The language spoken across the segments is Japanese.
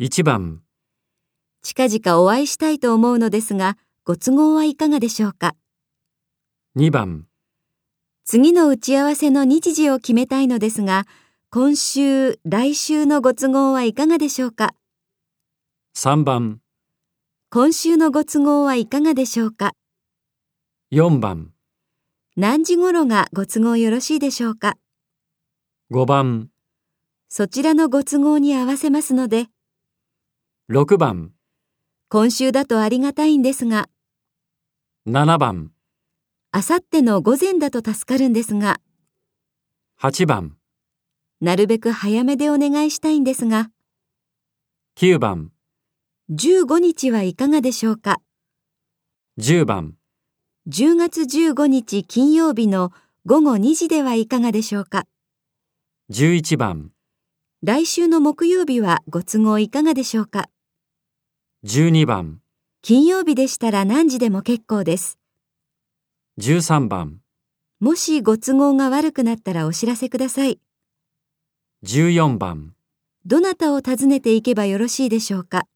1番、近々お会いしたいと思うのですが、ご都合はいかがでしょうか。 2番、次の打ち合わせの日時を決めたいのですが、今週、来週のご都合はいかがでしょうか。 3番、今週のご都合はいかがでしょうか。 4番、何時頃がご都合よろしいでしょうか。 5番、そちらのご都合に合わせますので、 6番、今週だとありがたいんですが、 7番、あさっての午前だと助かるんですが、 8番、なるべく早めでお願いしたいんですが、 9番、 15日はいかがでしょうか。 10番、 10月15日金曜日の午後2時ではいかがでしょうか。 11番、来週の木曜日はご都合いかがでしょうか。 12番、金曜日でしたら何時でも結構です。 13番、もしご都合が悪くなったらお知らせください。 14番、どなたを訪ねていけばよろしいでしょうか。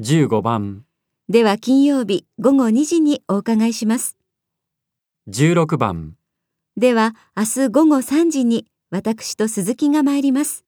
15番、では金曜日午後2時にお伺いします。 16番。では明日午後3時に私と鈴木が参ります。